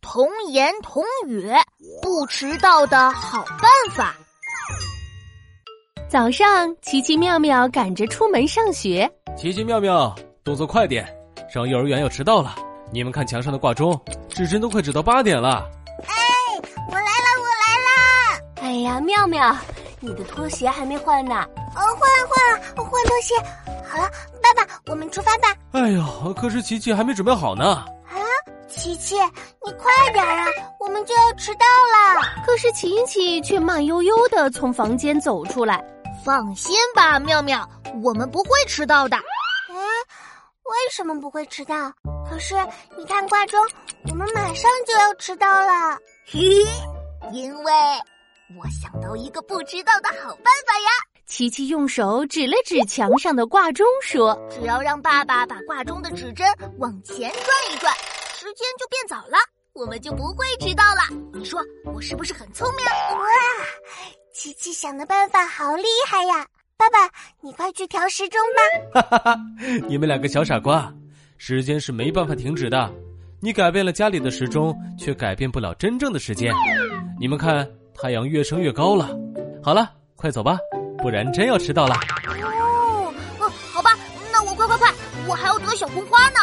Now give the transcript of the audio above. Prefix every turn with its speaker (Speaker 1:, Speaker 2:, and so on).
Speaker 1: 童言童语，不迟到的好办法。
Speaker 2: 早上，奇奇妙妙赶着出门上学。
Speaker 3: 奇奇妙妙，动作快点，上幼儿园要迟到了。你们看墙上的挂钟，指针都快指到八点了。
Speaker 4: 哎，我来了，我
Speaker 2: 哎呀，妙妙，你的拖鞋还没换呢。
Speaker 4: 来了！哦，换了，换了，我换拖鞋。好了，爸爸，我们出发吧。
Speaker 3: 哎呦，可是琪琪还没准备好呢。
Speaker 4: 琪琪，你快点儿啊，我们就要迟到了。
Speaker 2: 可是琪琪却慢悠悠的从房间走出来。
Speaker 1: 放心吧，妙妙，我们不会迟到的。
Speaker 4: 嗯为什么不会迟到？可是你看挂钟，我们马上就要迟到了。
Speaker 1: 嘿， 因为我想到一个不迟到的好办法呀！
Speaker 2: 琪琪用手指了指墙上的挂钟，说
Speaker 1: 只要让爸爸把挂钟的指针往前转一转，时间就变早了，我们就不会迟到了。你说我是不是很聪明？啊
Speaker 4: 琪琪想的办法好厉害呀！爸爸，你快去调时钟吧。
Speaker 3: 你们两个小傻瓜，时间是没办法停止的。你改变了家里的时钟，却改变不了真正的时间。你们看，太阳越升越高了。好了，快走吧，不然真要迟到了。
Speaker 1: 哦，呃好吧，那我快快快，我还要得小红花呢。